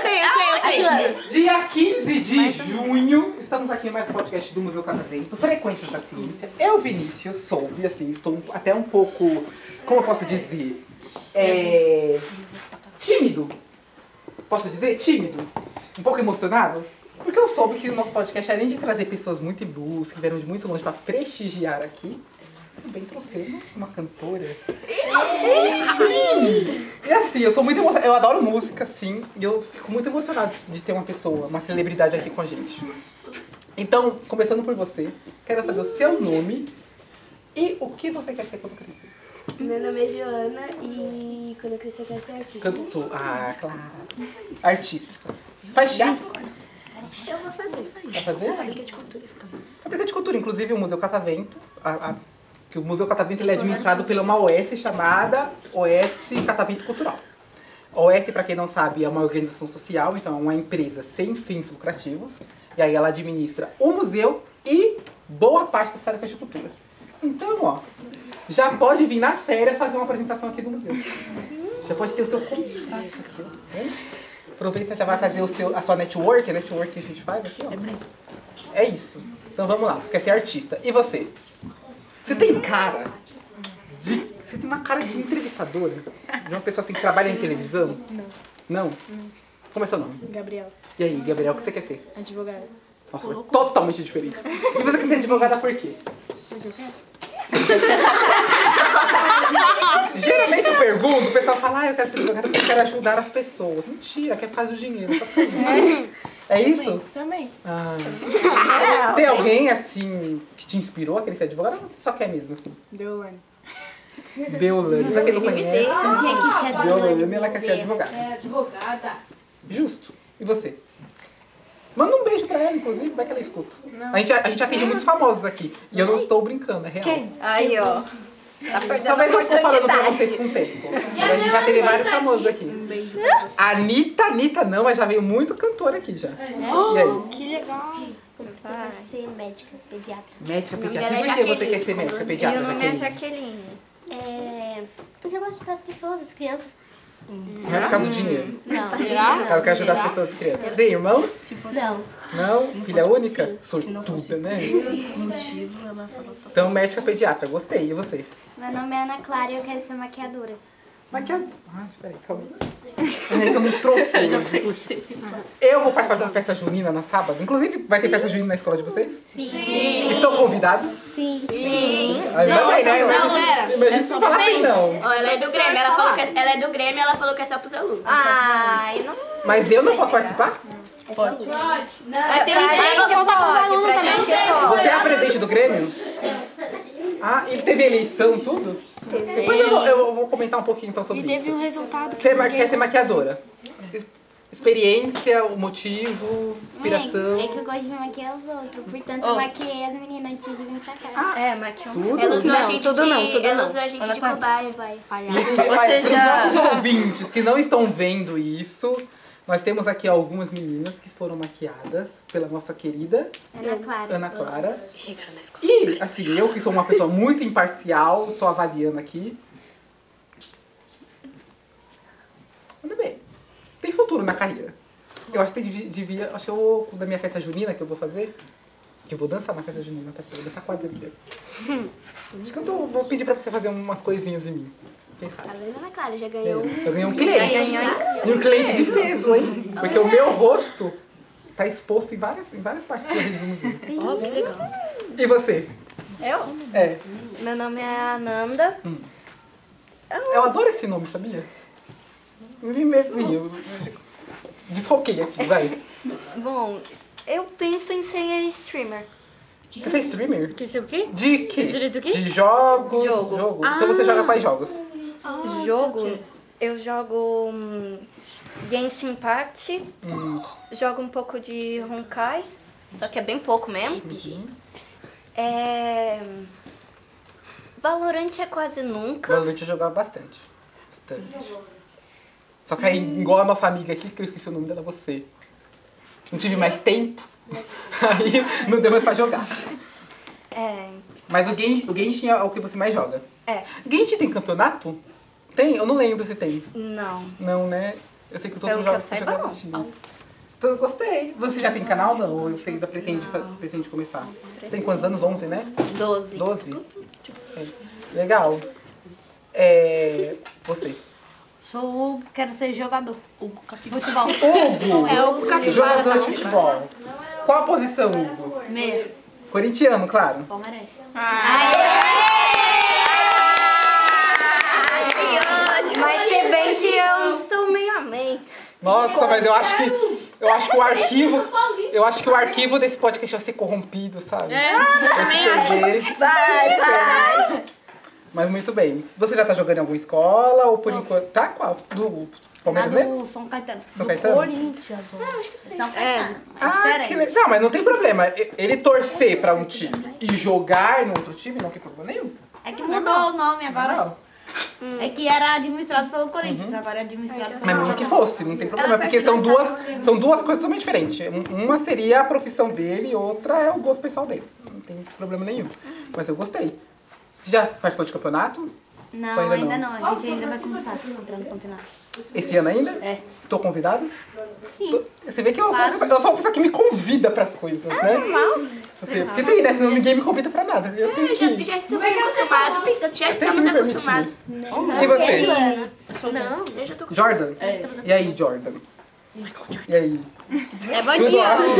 Sei, eu sei, eu sei. Dia 15 de junho, estamos aqui em mais um podcast do Museu Catavento, Frequências da Ciência. Eu, Vinícius, soube, assim, estou até um pouco, como eu posso dizer, é, tímido. Posso dizer? Tímido. Um pouco emocionado. Porque eu soube que o nosso podcast, além de trazer pessoas muito ilustres, que vieram de muito longe para prestigiar aqui, também trouxemos uma cantora. Sim! E assim, eu sou muito emocionada. Eu adoro música, sim. E eu fico muito emocionada de ter uma pessoa, uma celebridade aqui com a gente. Então, começando por você, quero saber o seu nome e o que você quer ser quando crescer. Meu nome é Joana e quando eu crescer eu quero ser artista. Cantor. Ah, claro. Artista. Faz teatro? Eu vou fazer. Vai fazer? Fábrica de cultura. Fábrica de cultura, inclusive o Museu Catavento. a- a- que o Museu Catavento ele é administrado pela uma OS chamada OS Catavento Cultural. OS, para quem não sabe, é uma organização social, então é uma empresa sem fins lucrativos. E aí ela administra o museu e boa parte das tarefas de cultura. Então, ó, já pode vir nas férias fazer uma apresentação aqui do museu. Já pode ter o seu contato aqui, ó. Hein? Aproveita, já vai fazer o seu, a sua network, a network que a gente faz aqui, ó. É isso. Então vamos lá, você quer ser artista. E você? Você tem cara de. Você tem uma cara de entrevistadora? De uma pessoa assim que trabalha em televisão? Não. Não? Como é seu nome? Gabriel, E aí, Gabriel, o que você quer ser? advogado. Nossa, foi totalmente diferente. E você quer ser advogada por quê? Geralmente eu pergunto, o pessoal fala, ah, eu quero ser advogada porque eu quero ajudar as pessoas. Mentira, que é por causa do dinheiro. só por isso. É isso? Também. Ah. Tem alguém assim que te inspirou a querer ser advogada ou você só quer mesmo assim? Deolane. Deolane, pra quem não conhece, Deolane, ela quer ser advogada. É advogada. Justo. E você? Manda um beijo pra ela, inclusive, vai que ela escuta. A gente, a gente atende muitos famosos aqui. E eu não estou brincando, é real. Aí, ó. Tá perdendo Talvez eu ficou falando pra oportunidade. vocês com o tempo. Mas a gente já teve vários famosos aqui. Um beijo pra você. Anitta, Anitta não, mas já veio muito cantor aqui já. É. E Oh! aí? Que legal. Você vai ser médica, pediatra. Médica, dela pediatra. é E por que você Jaqueline. quer ser médica, Meu pediatra, nome é Jaqueline? Jaqueline. É... Porque eu gosto de ajudar as pessoas, as crianças. Não é por causa do dinheiro. Não. Ela quer ajudar as pessoas crianças. Você tem irmãos? Se fosse Não. Não? Filha única? Se não fosse Sortuda, né? motivo, ela falou. Então, médica pediatra, gostei. E você? Meu nome é Ana Clara e eu quero ser maquiadora. Maquiadora. Ah, peraí, calma aí. É Eu não trouxe. Eu vou participar de uma festa junina na sábado. Inclusive, vai ter festa junina na escola de vocês? Sim. Estão convidados? Sim. Ainda bem, né? não, Imagina- pera. Imagina se falar assim, não. Ó, ela é do Grêmio, ela falou que é, ela é do Grêmio, ela falou que é só pros alunos. Ai, não. Mas eu não posso participar? Vai ter um pra ensaio, gente vou contar pode, pros alunos pra também. gente pode. Você é a presidente do Grêmio? Ah, ele teve eleição, tudo? Depois eu vou, eu vou comentar um pouquinho então sobre isso. um resultado Você é ma- quer ser maquiadora? Es- Experiência, o motivo, inspiração, É que eu gosto de maquiar os outros. Portanto, eu maquiei as meninas antes de vir pra cá. É, maquiou. tudo. Ela usou a Não, gente tudo de, não, tudo ela não. usou a gente Ela de tá- É, cobaia, vai. Palhaço. Ou seja- Os nossos ouvintes que não estão vendo isso, nós temos aqui algumas meninas que foram maquiadas pela nossa querida Ana Clara. Ana Clara. E, assim, eu que sou uma pessoa muito imparcial, estou avaliando aqui. Ainda bem. Tem futuro na carreira. Eu acho que devi- devia. Acho que eu, da minha festa junina que eu vou fazer, que eu vou dançar na festa junina, tá? Eu vou dançar quadrilha. Acho que eu tô- vou pedir pra você fazer umas coisinhas em mim. Quem sabe? Tá vendo, Ana Clara? Já ganhou um. Eu ganhei um cliente. E um cliente de peso, hein? Porque o meu rosto tá exposto em várias, em várias partes do redes do museu. Oh, que legal. E você? Eu? É. Meu nome é Ananda. Eu adoro esse nome, sabia? Me, me, me, eu- desfoquei aqui, vai. Bom, eu penso em ser streamer. Você é streamer? Quer ser o quê? De quê? Streamer do quê? De jogos. Jogo. Então você joga quais jogos? jogo. Eu jogo hum, Genshin Impact. Hum. Jogo um pouco de Honkai. Só que é bem pouco mesmo. É... Valorante é quase nunca. Valorant eu jogava bastante. Bastante. né? Só que aí, igual a nossa amiga aqui, que eu esqueci o nome dela, você. Não tive mais tempo. Aí não deu mais pra jogar. É. Mas o Genshin, o Genshin é o que você mais joga. É. Genshin tem campeonato? Tem? Eu não lembro se tem. Não. Não, né? Eu sei que os Pelo outros que eu jogos saiba, jogam não. Genshin. Então eu gostei. Você já tem canal não? Ou você ainda pretende, fa- pretende começar? Você tem quantos anos? 11, né? Doze. 12? Tipo, É. Legal. É... Você. Sou o Hugo, quero ser jogador. Hugo Capivara. Futebol. Hugo! É o capivara Jogador tá de futebol. Qual a posição, Hugo? Meia. Corintiano, claro. Palmeirense. Mas você vê que eu sou meio amém. Nossa, mas eu acho que. Eu acho que o arquivo. Eu acho que o arquivo desse podcast vai ser corrompido, sabe? É, eu também acho. Vai, Mas muito bem. Você já tá jogando em alguma escola ou por enquanto. Tá qual? Do Lá Palmeiras mesmo? do São Caetano. São Caetano? Corinthians, ó. São Caetano. Ah, que le... Não, mas não tem problema. E- Ele torcer pra um time e jogar no outro time não tem problema nenhum. É que mudou o nome agora. Não. É que era administrado pelo Corinthians, agora é administrado Mas pelo mesmo que fosse, não tem problema. Porque são duas, são duas coisas totalmente diferentes. Um- Uma seria a profissão dele e outra é o gosto pessoal dele. Não tem problema nenhum. Mas eu gostei. Você já participou de campeonato? Não, ainda ainda não. não. A gente ainda vai começar entrando no campeonato. Esse ano ainda? É. Estou convidado? Sim. Você vê que eu sou, uma pessoa- eu sou uma pessoa que me convida pras coisas, né? Normal. Você, porque tem, né? Senão ninguém me convida pra nada. Eu tenho que. Já estamos acostumados. Já eu tenho que estamos me acostumados. permitir. E você? Eu sou Não, eu já tô com Jordan? E aí, Jordan? E aí? É Tudo ótimo.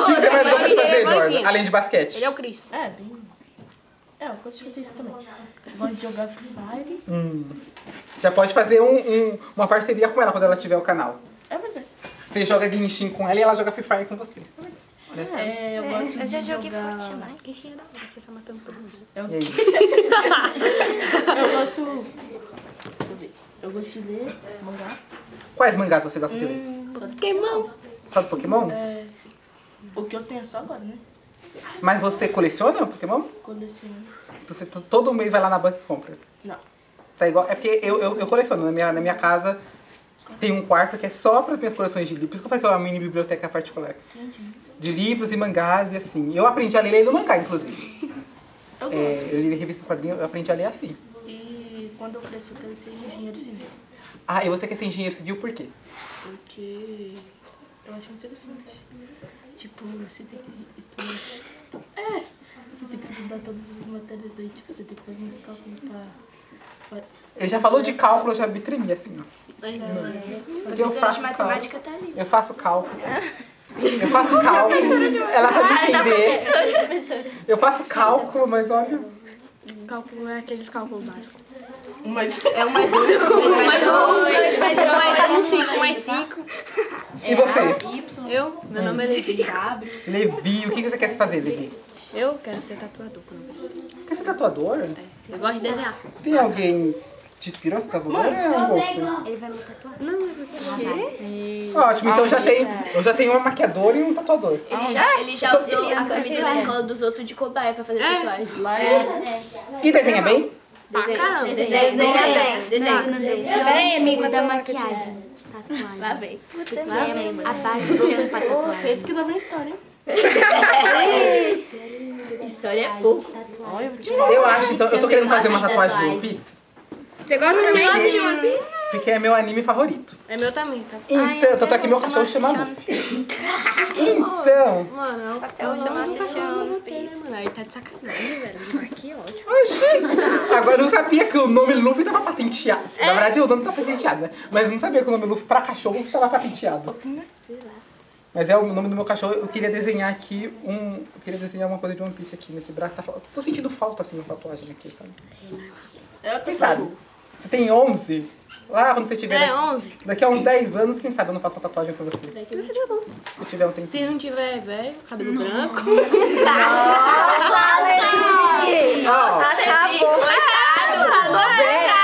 O que você mais gosta de fazer, Jordan? Além de basquete? Ele é o Cris. É, bem. É, eu gosto de fazer isso também. Gosto de jogar Free Fire. Hum. Já pode fazer um- um- uma parceria com ela quando ela tiver o canal. É verdade. Você joga Genshin com ela e ela joga Free Fire com você. É, eu gosto Eu de já joguei jogar... Fortnite. Quem da hora, você está matando todo mundo. É E aí? Eu gosto... Deixa eu ver. Eu gosto de ler mangá. Quais mangás você gosta de ler? Queimão. Sabe Pokémon? É... O que eu tenho é só agora, né? Mas você coleciona Pokémon? Coleciono. Você to- todo mês vai lá na banca e compra. Não. Tá igual. É porque eu, eu, eu coleciono. Na minha, na minha casa tem um quarto que é só para as minhas coleções de livros. Por isso que eu falei que é uma mini biblioteca particular. De livros e mangás e assim. Eu aprendi a ler lendo mangá, inclusive. Eu gosto. É, eu li revista em quadrinho, eu aprendi a ler assim. É. E quando eu cresci, eu quero ser engenheiro civil. Ah, e você quer ser engenheiro civil por quê? Porque eu acho interessante. Tipo, você tem que estudar. É! Você tem que estudar todas as matérias aí, tipo, você tem que fazer uns cálculos pra. pra- Ele já falou de cálculo, eu já me tremi assim. ó. Mas eu Professora de faço cálculo. matemática tá ali. Eu faço cálculo. Eu faço cálculo. Ela Ah, é pode entender. Eu faço cálculo, mas olha. Cálculo é aqueles cálculos básicos. Mas Mais dois, mais dois, mais um, cinco, mais cinco. E você? É. Eu? Meu nome é Levi. Levi, o que que você quer fazer, Levi? Eu quero ser tatuador. por favor. Quer ser tatuador? Eu gosto de desenhar. Tem alguém que te inspirou a ser tatuador? é um gosto. Ele vai me tatuar? é Ótimo, então já tem, eu já tenho uma maquiadora e um tatuador. Ah, Ele já, ele é? já usou a camisa da escola dos outros de cobaia pra fazer tatuagem. E desenha bem? Pra caramba. Desenho, Desenho, desenho, desenho, desenho. Pera Peraí, amigo, da maquiagem. Tatuagem. Lá vem. A base do meu eu sei porque lá vem história, hein? História é pouco. Olha, eu vou te Eu acho, então, eu tô querendo fazer uma tatuagem de One Piece, Você gosta também? Você gosta de One Piece? porque é meu anime favorito. É meu também, tá? Então, tanto é que meu cachorro chama Luffy. Então, Mano, até hoje eu não assisti One Piece. Mano, aí tá de sacanagem, velho. Que ótimo. oxi, agora eu não sabia que o nome Luffy tava patenteado. É? Na verdade, o nome tá patenteado, né? Mas eu não sabia que o nome Luffy pra cachorro estava patenteado. Mas é o nome do meu cachorro. Eu queria desenhar aqui um. Eu queria desenhar uma coisa de One Piece aqui nesse braço. Tá fal- Tô sentindo falta assim na tatuagem aqui, sabe? Eu Quem sabe? Você tem 11? Lá quando você tiver. É, daqui- 11. Daqui a uns 10 anos, quem sabe eu não faço uma tatuagem pra você. Se tiver um tempo. Se não tiver velho, cabelo branco. Ó, Acabou. é,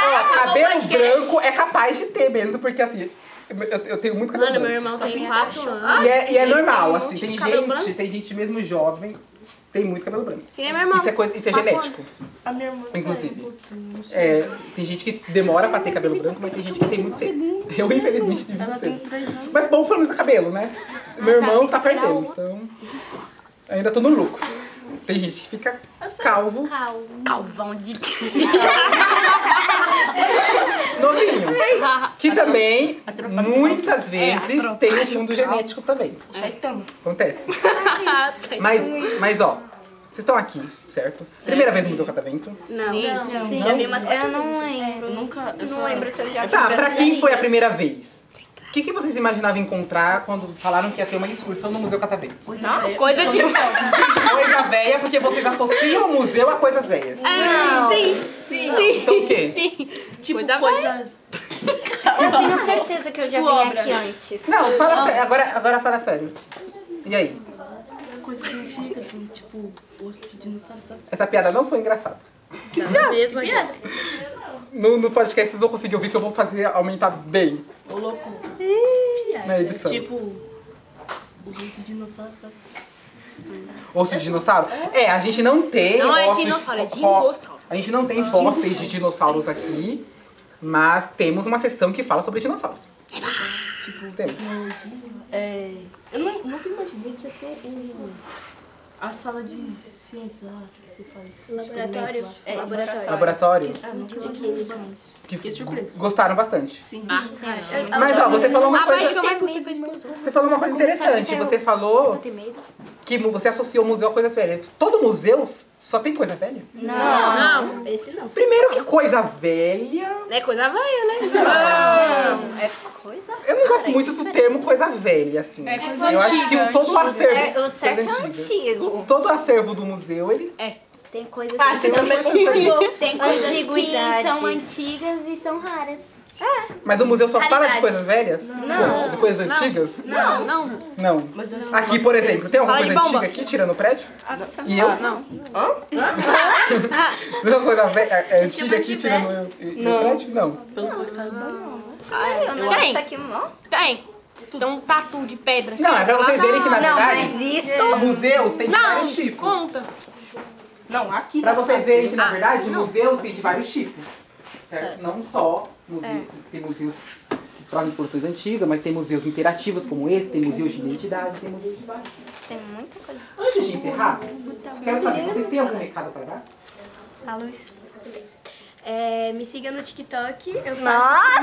ó, cabelo branco é capaz de ter mesmo, porque assim. Eu, eu tenho muito cabelo Mano, meu branco. irmão tem 4 anos. E é, e é Ele tem um normal, monte assim. de Tem cabelo gente, branco. tem gente mesmo jovem, tem muito cabelo branco. Quem é meu irmão? Isso é, coisa, isso é Quatro genético. Tá A minha irmã. Inclusive. É, um pouquinho, não sei. É, tem gente que demora pra ter cabelo branco, mas tem gente que tem muito cedo. Eu, infelizmente, tive Ela muito tem cedo. três anos. Mas bom, pelo menos é cabelo, né? Meu irmão pensei tá que era perdendo, outro. então. Ainda tô no lucro. Tem gente que fica calvo, Calma. Calvão de. novinho. Que também, Atropelado. É, muitas vezes, atropelado. tem o fundo genético também. É. Saitama. Acontece. Mas, mas ó, vocês estão aqui, certo? Primeira vez no Museu Catavento. Não, Não, não. sim. Já vi umas Eu não lembro. Nunca. Eu Não só- lembro se eu já Tá, pra quem foi a primeira vez? O que, que vocês imaginavam encontrar quando falaram que ia ter uma excursão no Museu Catavento? Coisa de. Coisa velha, porque vocês associam o museu a coisas velhas. Não. É, Sim, sim. Então o quê? Tipo, Coisa coisas. Eu tenho certeza que eu já Tipo, vim obra. aqui antes. Não, fala sério. Agora, agora fala sério. E aí? Coisas antigas, assim, tipo, osso de dinossauro, sabe? Essa piada não foi engraçada. Mesmo aqui. No, no podcast vocês vão conseguir ouvir que eu vou fazer aumentar bem Ô louco. na edição. Tipo, osso de dinossauro, sabe? Osso de dinossauro? É, a gente não tem. Não é ossos- dinossauro, é fó- dinossauro. A gente não tem fósseis de dinossauros aqui, mas temos uma sessão que fala sobre dinossauros. Tipo, Temos. É, eu não- nunca imaginei que ia ter o, a sala de ciência lá que você faz. Laboratório. experimento lá. É, laboratório. Laboratório. Ah, nunca imaginei isso. Que Fiquei surpreso. gostaram bastante. Sim, Ah, Mas ó, você falou uma A parte que coisa. eu mais gostei foi explosão. Você falou uma coisa interessante. Você falou que mu- você associou o museu a coisas velhas. Todo museu só tem coisa velha? Não, Esse não. Primeiro que coisa velha. não é coisa velha, né? Eu não gosto muito do termo coisa velha, assim. Eu acho que o- todo o acervo. É, o certo coisa é antiga. antigo. Todo o acervo do museu, ele Tem coisas Ah, você também Tem coisas que Antiguidades. são antigas e são raras. Mas o museu só fala de Raridades. coisas velhas? Não. De coisas antigas? Não, não. Não. Mas eu acho Aqui, por exemplo, tem alguma Fala de coisa bomba. antiga aqui, tirando o prédio? E eu? Não. Tem alguma coisa ve- é, é, antiga aqui, tirando eu e- e o prédio? Não. Pelo que eu saiba, Eu não Tem. acho que não. Tem. Tem um tatu de pedra. Não, assim, é pra lá vocês verem que, na Não, verdade, mas isso. museus tem de vários Não, tipos. conta. Não, aqui. Pra na vocês sala. verem que, na Ah, verdade, não. museus tem de vários tipos. Certo? Não só museus, tem museus que fazem produções antigas, mas tem museus interativos como esse, tem museus de identidade, tem museus de vários. Tem muita coisa. Antes de encerrar, quero saber, vocês têm algum recado pra dar? A luz. É, me siga no TikTok. Eu faço. Mas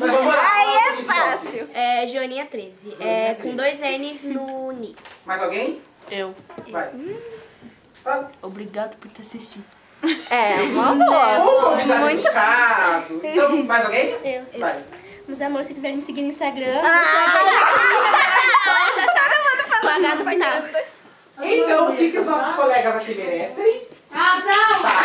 vamos lá. Aí é fácil. É, Joaninha13. É, com dois N's no nick. Mais alguém? Eu. Vai. Fala. Obrigado por ter assistido. É, uma boa. Um convidado indicado. Então, mais alguém? Eu. Vai. Ah! Meus amores, se quiserem me seguir no Instagram. Então, o que, que os nossos colegas aqui merecem? Abraão!